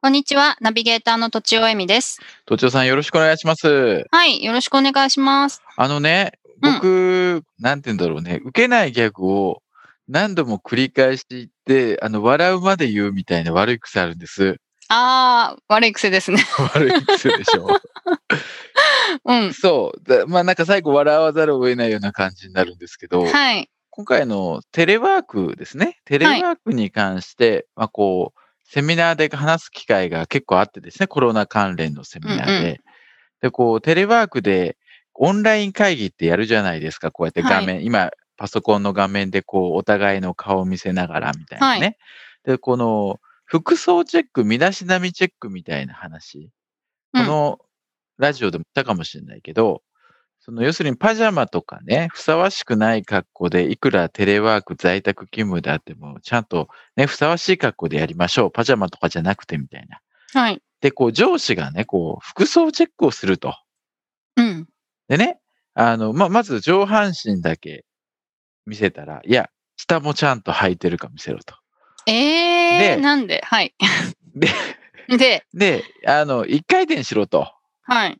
こんにちはナビゲーターのとちおえみです都庁さん、よろしくお願いします。はいよろしくお願いしますあのね、僕、なんて言うんだろうね、受けないギャグを何度も繰り返していって、あの、笑うまで言うみたいな悪い癖あるんです。あー悪い癖ですね 悪い癖でしょ。うんそう。だまあ、なんか最後、笑わざるを得ないような感じになるんですけど、はい今回のテレワークですね。テレワークに関して、まあ、こう、セミナーで話す機会が結構あってですね、コロナ関連のセミナーで。うんうで、こう、テレワークでオンライン会議ってやるじゃないですか、こうやって画面、今、パソコンの画面でこう、お互いの顔を見せながらみたいなね。で、この、服装チェック、身だしなみチェックみたいな話、うんこのラジオでも言ったかもしれないけど、その要するにパジャマとかね、ふさわしくない格好で、いくらテレワーク、在宅勤務であっても、ちゃんとね、ふさわしい格好でやりましょう。パジャマとかじゃなくてみたいな。はいで、こう上司がね、こう服装チェックをすると。うんでね、あの、ま、まず上半身だけ見せたら、いや、下もちゃんと履いてるか見せろと。えでー、なんではいで、 でで、あの、一回転しろとはい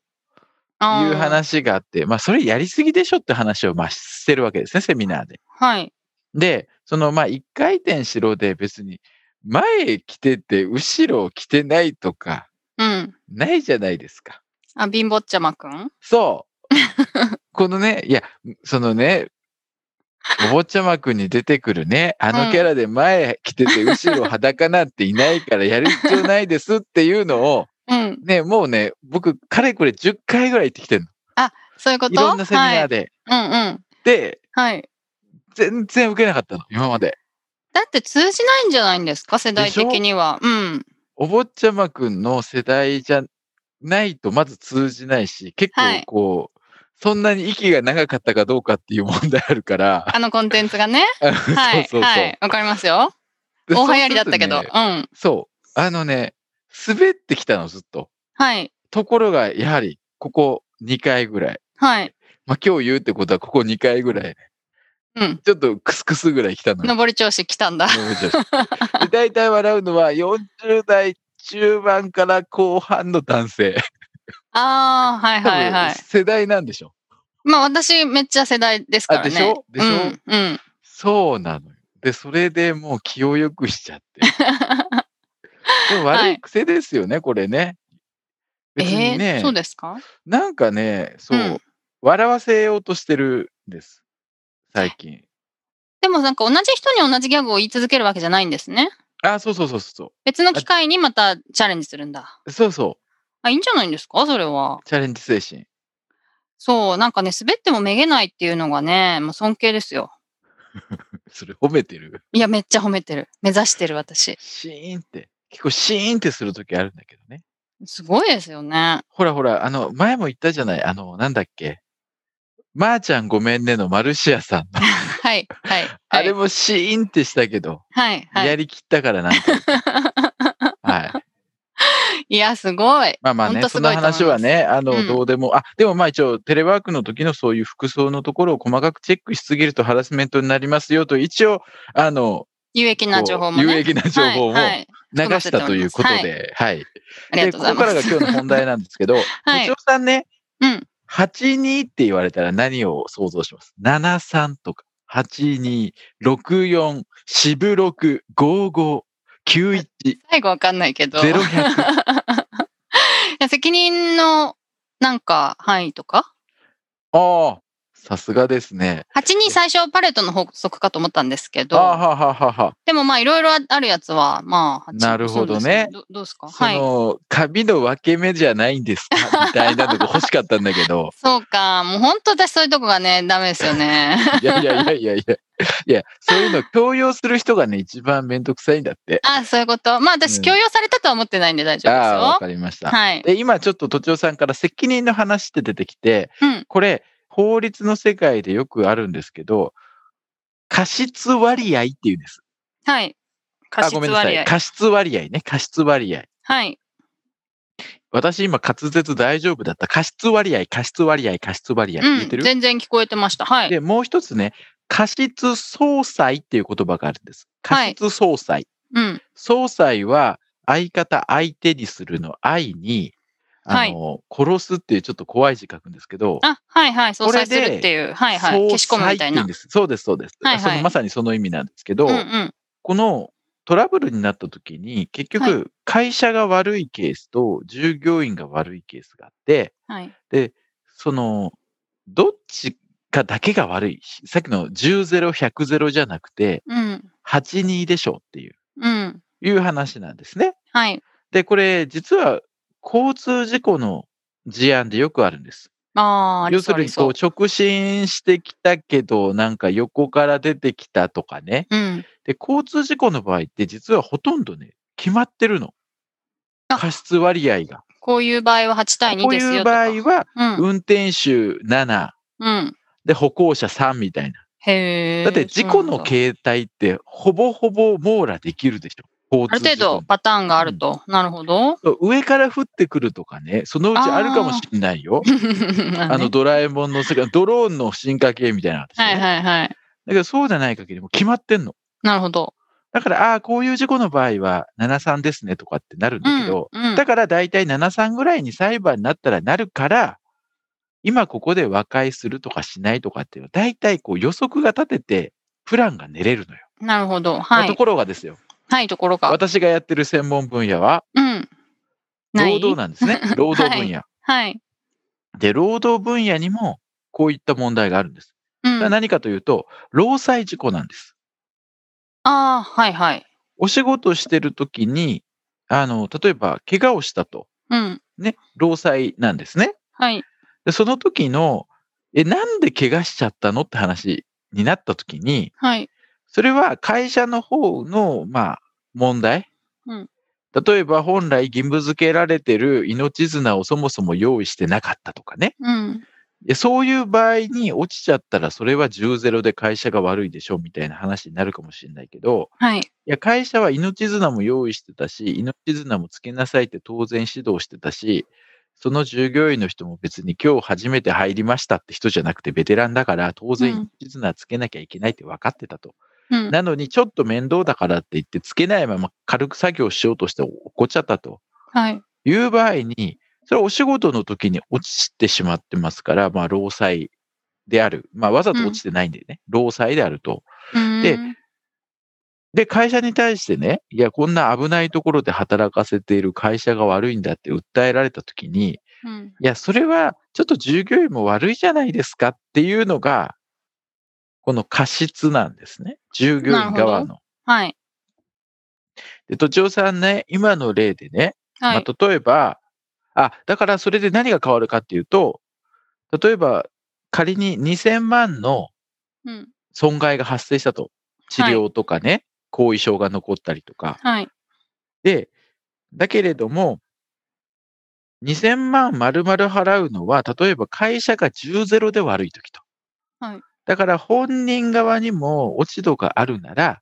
いういう話があって、まあ、それやりすぎでしょって話を、まあ、してるわけですね、セミナーで。はいで、そのまあ一回転しろで別に前来てて後ろ来てないとかうんないじゃないですか。あ貧乏ちゃまくんそう。このね、いや、そのね、お坊ちゃまくんに出てくるね、あうんのキャラで前来てて後ろ裸なんていないからやる必要ないですっていうのを、うんね、もうね、僕、かれこれ10回ぐらい言ってきてるそういうこの。といろんなセミナーで。はい、うんうんで、はい全然受けなかったの、今まで。だって通じないんじゃないんですか世代でし的ょにはうんお坊ちゃまくんの世代じゃないとまず通じないし、結はい構こう、そんなに息が長かったかどうかっていう問題あるから、あのコンテンツがねはい そうそうそうはいわかりますよで大流行りだったけどそううするとねんそう。あのね、滑ってきたのずっと。はいところが、やはり、ここ2回ぐらい。はいまあ今日言うってことは、ここ2回ぐらい。うんちょっとクスクスぐらい来たのよ。上り調子来たんだ で大体笑うのは40代中盤から後半の男性。ああはい多はいは分い世代なんでしょ。まあ私めっちゃ世代ですからねあでしょでしょうん、うん、そうなのよ。で、それでもう気を良くしちゃ って。でも悪い癖ですよね、これね。別えにね、ー、そうですかなんかね、そう、うん笑わせようとしてるんです。最近。でもなんか同じ人に同じギャグを言い続けるわけじゃないんですねあ、そうそうそうそう別の機会にまたチャレンジするんだそう。そうそあいいんじゃないんですかそれはう。チャレンジ精神。 そうなんかね滑ってもめげないっていうのがねもう尊敬ですよそれ褒めてる。いやめっちゃ褒めてる目指してる私シーンって。結構シーンってするときあるんだけどね。すごいですよね。ほらほら、あの、前も言ったじゃない。あの、なんだっけ。まー、ちゃんごめんねのマルシアさんの。 はい、はい。はいあれもシーンってしたけど、はい、はやい。りきったからなんかは い。いや、すごい。まあまあほんねと、すそごのいと思います話はね、あうんの、どうでも、あ、でもまあ一応、テレワークの時のそういう服装のところを細かくチェックしすぎるとハラスメントになりますよと、一応、あの、有益な情報もこね。う有益な情報もはい、はい。流したということはいで、はい。ありがで、とこうござこいまからがす。今日の本題なんですけど、 はい部長さんね、うん。 82って言われたら何を想像します ?73 とか、82、64、四分6、55、91、最後わかんないけど。い0100。や責任の、なんか、範囲とかああ、さすがですね。 82最初はパレットの法則かと思ったんですけあはど、はははは。でもまあいろいろあるやつは、まあ、8なるほどねそうですどどうですかそはい。。の、カビの分け目じゃないんですかみたいなのが欲しかったんだけどそうか。もう本当私そういうとこがね、ダメです よね。いやいやいやいやいや。いや、そういうの強要する人がね、一番めんどくさいんだって。あそういうこと。まあ私、うん強要されたとは思ってないんで大丈あ夫ですあ、わよ。かりました。はい。で、今ちょっと都庁さんから責任の話って出てきて、うんこれ、法律の世界でよくあるんですけど、過失割合っていうんです。はい。過あ、ご失めんなさ割い。合。過失割合ね。過失割合。はい。私今滑舌大丈夫だった。過失割合、過失割合、過失割合。う言っん。てる、全然聞こえてました。はい。で、もう一つね、過失相殺っていう言葉があるんです。過はい失相殺。うん。相殺は相方相手にするの愛に、あの、殺すっていうちょっと怖い字書くんですけど、あ、はいはい。相これ殺でするっていう。はいはい。消し込むみた相殺いって言う。なんですそうです、そうです。はいはいそのまさにその意味なんですけど、うんうん。このトラブルになった時に、結は局、会社が悪いケースと従業員が悪いケースがあって、はい。その、どっちかだけが悪い。さっきの10-0、100-0じゃなくて、うん。 8-2でしょっていう、うん。いう話なんですね。はい。で、これ、実は、交通事故の事案でよくあるんです。ああ、あり要すそうあるりに、こそうう、。直進してきたけど、なんか横から出てきたとかね。うん。で、交通事故の場合って、実はほとんどね、決まってるの。あ過失割合が。こういう場合は8対2こうですいようとか。場合は、うん。運転手7、うん。で、歩行者3みたいな。へえ。だって事故そうなのんだ形態ってほぼほぼ網羅できるでしょ。交ある通程事故度パターンがあると。なるほど。そう上から降ってくるとかね、そのうち あるかもしれないよ。ああのドラえもんの世界、ドローンの進化系みたいなのあったで はしょ、いはいはい。だけどそうじゃない限りもう決まってんの。なるほど。だから、ああ、こういう事故の場合は73ですねとかってなるんうだん。けど、うんだから大体73ぐらいに裁判になったらなるから、今ここで和解するとかしないとかっていうのは、大体こう予測が立てて、プランが練れるのよ。なるほど。はとい。ころがですよ。はい、ところが。私がやってる専門分野は、うん。ない労働なんです ね。労働分野。はい。で、労働分野にも、こういった問題があるんです。うそれはん。あ何かというと、労災事故なんです。あー、はいはい。お仕事してる時に、あの、例えば、怪我をしたと。うん。ね、労災なんですね。はい。で、その時の、え、なんで怪我しちゃったのって話になった時に、はい。それは会社の方の、まあ、問題。うん例えば、本来義務付けられてる命綱をそもそも用意してなかったとかね。うん。でそういう場合に落ちちゃったら、それは10-0で会社が悪いでしょみたいな話になるかもしれないけど、はい。いや、会社は命綱も用意してたし、命綱もつけなさいって当然指導してたし、その従業員の人も別に今日初めて入りましたって人じゃなくてベテランだから、当う然ん命綱つけなきゃいけないって分かってたと。うん。なのに、ちょっと面倒だからって言って、つけないまま軽く作業しようとして起こっちゃったと。はい。いう場合に、それはお仕事の時に落ちてしまってますから、まあ、労災である。まあ、わざと落ちてないんでね、労災であると。でうんで、会社に対してね、いや、こんな危ないところで働かせている会社が悪いんだって訴えられた時に、うん。いや、それはちょっと従業員も悪いじゃないですかっていうのが、この過失なんですね。従業員な側るほの。はい。で、都庁さんね、今の例でね、はまい。あ、例えば、あ、だからそれで何が変わるかっていうと、例えば仮に2000万のうん。損害が発生したと。治はい療とかね、後遺症が残ったりとか。はい。で、だけれども、2000万丸々払うのは、例えば会社が10ゼロで悪いときと。はいだから本人側にも落ち度があるなら、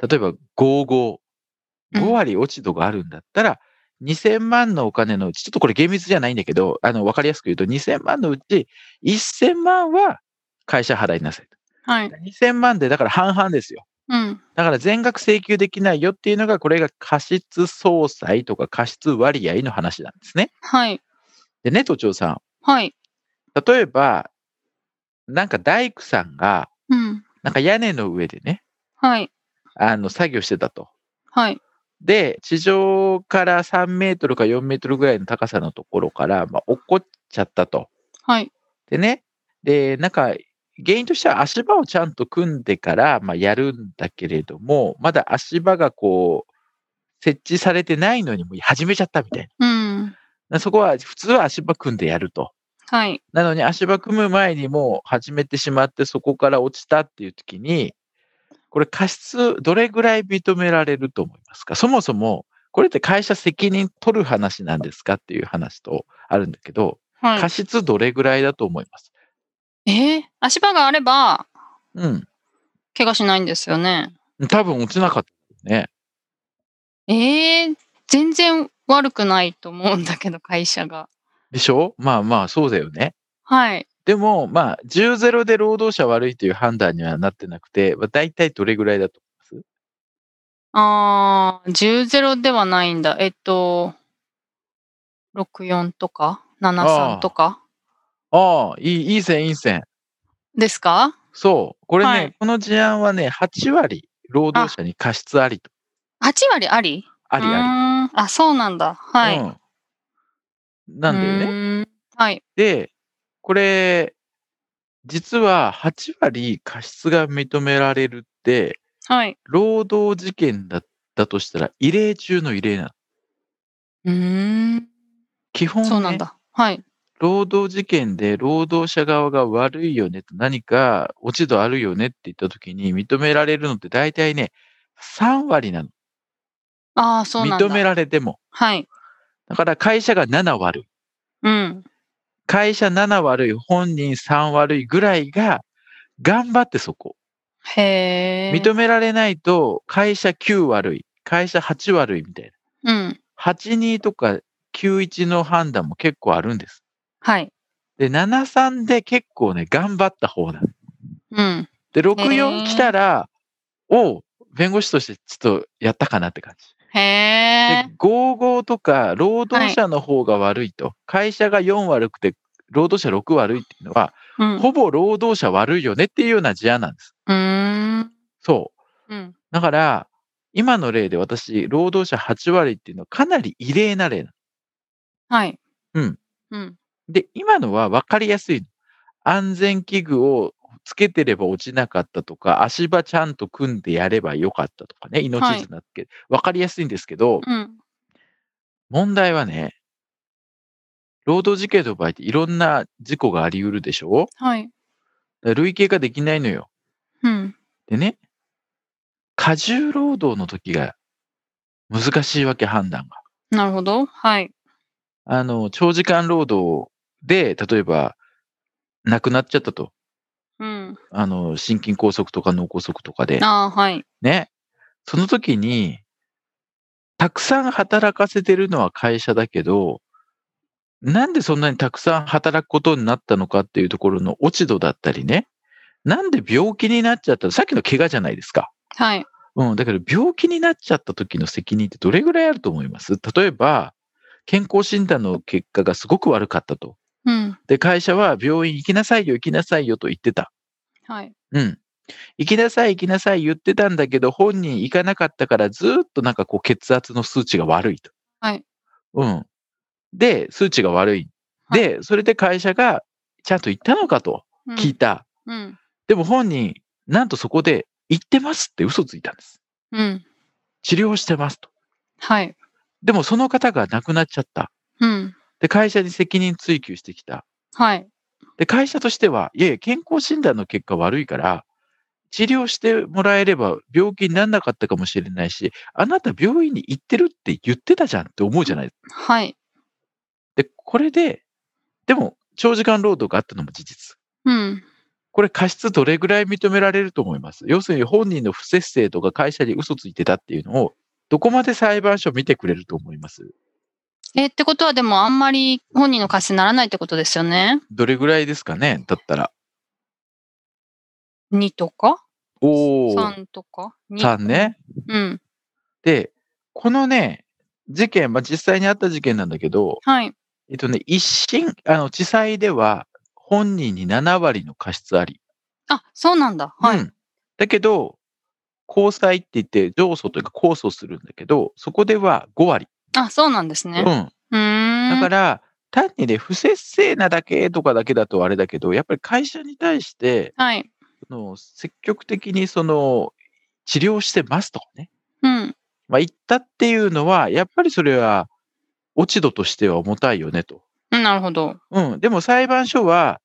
例えば55、うん5割落ち度があるんだったら、2000万のお金のうち、ちょっとこれ厳密じゃないんだけど、あの、わかりやすく言うと、2000万のうち、1000万は会社払いなさいと。はい。 2000万で、だから半々ですよ。うん。だから全額請求できないよっていうのが、これが過失相殺とか過失割合の話なんですね。はい。でね、都庁さん。はい。例えば、なんか大工さんが、うん。なんか屋根の上でね、はい。あの、作業してたと。はい。で、地上から3メートルか4メートルぐらいの高さのところから、まあ、落っこっちゃったと。はい。でね、で、なんか、原因としては足場をちゃんと組んでから、まあ、やるんだけれども、まだ足場がこう、設置されてないのにもう始めちゃったみたいうん。な。そこは普通は足場組んでやると。はい。なのに足場組む前にもう始めてしまってそこから落ちたっていう時に、これ過失どれぐらい認められると思いますかそもそも、これって会社責任取る話なんですかっていう話とあるんだけど、は過い。失どれぐらいだと思いますえー足場があれば、うん。怪我しないんですよね。多分落ちなかったよね。えー全然悪くないと思うんだけど、会社が。でしょまあまあ、そうだよね。はい。でも、まあ、10-0で労働者悪いという判断にはなってなくて、まあ、大体どれぐらいだと思いますあー、10-0ではないんだ。えっと、64とか、73とかああ、いい、いい線、いい線。ですかそう。これね、はいこの事案はね、8割労働者に過失ありと。 ?8 割ありありあり。あ、そうなんだ。り。はい。うんなんだよね。ね。はい。で、これ、実は8割過失が認められるって、はい。労働事件だったとしたら異例中の異例なの。うーん。基本、ね、そうなんだ。はい。労働事件で労働者側が悪いよねと何か落ち度あるよねって言った時に認められるのって大体ね、3割なの。ああ、そうなんだ。認められても。はい。だから会社が7悪い。うん。会社7悪い、本人3悪いぐらいが、頑張ってそこ。へえ。認められないと、会社9悪い、会社8悪いみたいな。うん。 82とか91の判断も結構あるんです。はい。で、73で結構ね、頑張った方なの。うん。で、へ64ー来たら、おう弁護士としてちょっとやったかなって感じ。へえ。で、55とか、労働者の方が悪いと、会社が4悪くて、労働者6悪いっていうのは、うん。うほぼ労働者悪いよねっていうような事案なんです。ーん。そう。うん。だから、今の例で私、労働者8割っていうのはかなり異例な例なの。はい。うん。うん。で、今のは分かりやすいの。安全器具をつけてれば落ちなかったとか、足場ちゃんと組んでやればよかったとかね、命綱なって、分かりやすいんですけど、うん。問題はね、労働事件の場合っていろんな事故があり得るでしょはい。だから類型化できないのよ。うん。でね、過重労働の時が難しいわけ、判断が。なるほど。はい。あの、長時間労働で、例えば、亡くなっちゃったと。うん。あの、心筋梗塞とか脳梗塞とかで、ああ、はい。ね。その時に、たくさん働かせてるのは会社だけど、なんでそんなにたくさん働くことになったのかっていうところの落ち度だったりね。なんで病気になっちゃったさっきの怪我じゃないですか。はい。うん、だけど病気になっちゃった時の責任ってどれぐらいあると思います例えば、健康診断の結果がすごく悪かったと。うん。で、会社は病院行きなさいよ、行きなさいよと言ってた。はい。うん。行きなさい、行きなさい言ってたんだけど、本人行かなかったから、ずーっとなんかこう血圧の数値が悪いと。はい。うん。で、数値が悪い。はいで、それで会社がちゃんと行ったのかとうん聞いた。うん。でも本人、なんとそこで行ってますって嘘ついたんです。うん。治療してますと。はい。でもその方が亡くなっちゃった。うん。で、会社に責任追及してきた。はい。で、会社としては、いやいや、健康診断の結果悪いから、治療してもらえれば病気にならなかったかもしれないし、あなた病院に行ってるって言ってたじゃんって思うじゃない。はい。で、これで、でも、長時間労働があったのも事実。うん。これ過失どれぐらい認められると思います要するに本人の不節制とか会社に嘘ついてたっていうのを、どこまで裁判所見てくれると思いますえーってことはでもあんまり本人の過失にならないってことですよね。どれぐらいですかねだったら。 2とかおー。 3とか3。ね。二うん。で、このね、事件、まあ、実際にあった事件なんだけど、はい。えっとね、一審、あの、地裁では本人に7割の過失あり。あ、そうなんだ。はい。うんだけど、交際って言って上訴というか控訴するんだけど、そこでは5割。あ、そうなんですね。うん。うーだん。から、単にね、不節制なだけとかだけだとあれだけど、やっぱり会社に対して、はい。その積極的にその治療してますとかね、うん。まあ、言ったっていうのは、やっぱりそれは落ち度としては重たいよねと。うんなるほど。うん、でも裁判所は、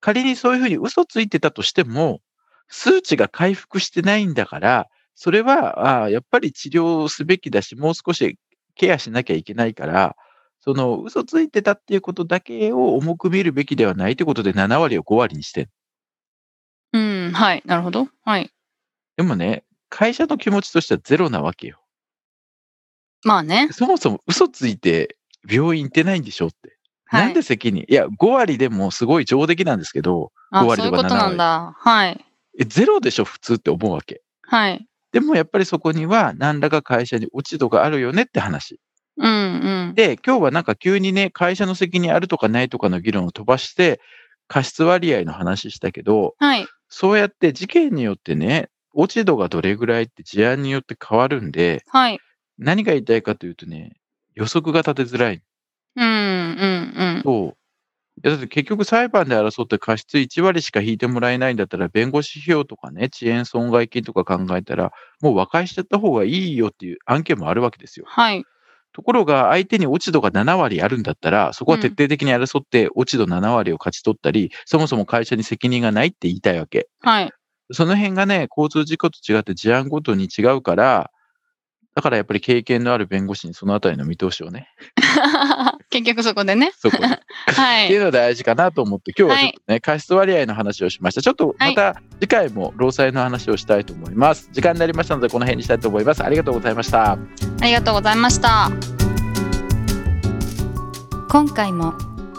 仮にそういうふうに嘘ついてたとしても、数値が回復してないんだから、それはあーやっぱり治療すべきだし、もう少しケアしなきゃいけないから、その嘘ついてたっていうことだけを重く見るべきではないということで、7割を5割にしてんうん。はい。なるほど。はい。でもね、会社の気持ちとしてはゼロなわけよ。まあね。そもそも嘘ついて病院行ってないんでしょって。はい、なんで責任いや、5割でもすごい上出来なんですけど、あ5割とかそういうことなんだ。はい。え、ゼロでしょ、普通って思うわけ。はい。でもやっぱりそこには何らか会社に落ち度があるよねって話。うんうん。で、今日はなんか急にね、会社の責任あるとかないとかの議論を飛ばして、過失割合の話したけど、はい。そうやって事件によってね、落ち度がどれぐらいって事案によって変わるんで、はい。何が言いたいかというとね、予測が立てづらいうんうんと、いやだって結局裁判で争って過失1割しか引いてもらえないんだったら、弁護士費用とかね、遅延損害金とか考えたら、もう和解しちゃった方がいいよっていう案件もあるわけですよ。はい。ところが、相手に落ち度が7割あるんだったら、そこは徹底的に争って落ち度7割を勝ち取ったり、そもそも会社に責任がないって言いたいわけ。はい。 その辺がね、交通事故と違って事案ごとに違うから、だからやっぱり経験のある弁護士にそのあたりの見通しをね、結局そこでね。そこにはっていい。うのは大事かなと思って今日はちょっとね、過失割合の話をしましたちょっとはまいた次回も労災の話をしたいと思います時間になりましたのでこの辺にしたいと思いますありがとうございましたありがとうございました。今回も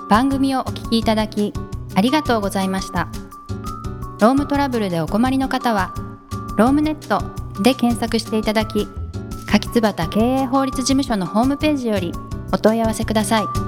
番組をお聞きいただきありがとうございましたロームトラブルでお困りの方は「ロームネット」で検索していただき柿椿経営法律事務所のホームページよりお問い合わせください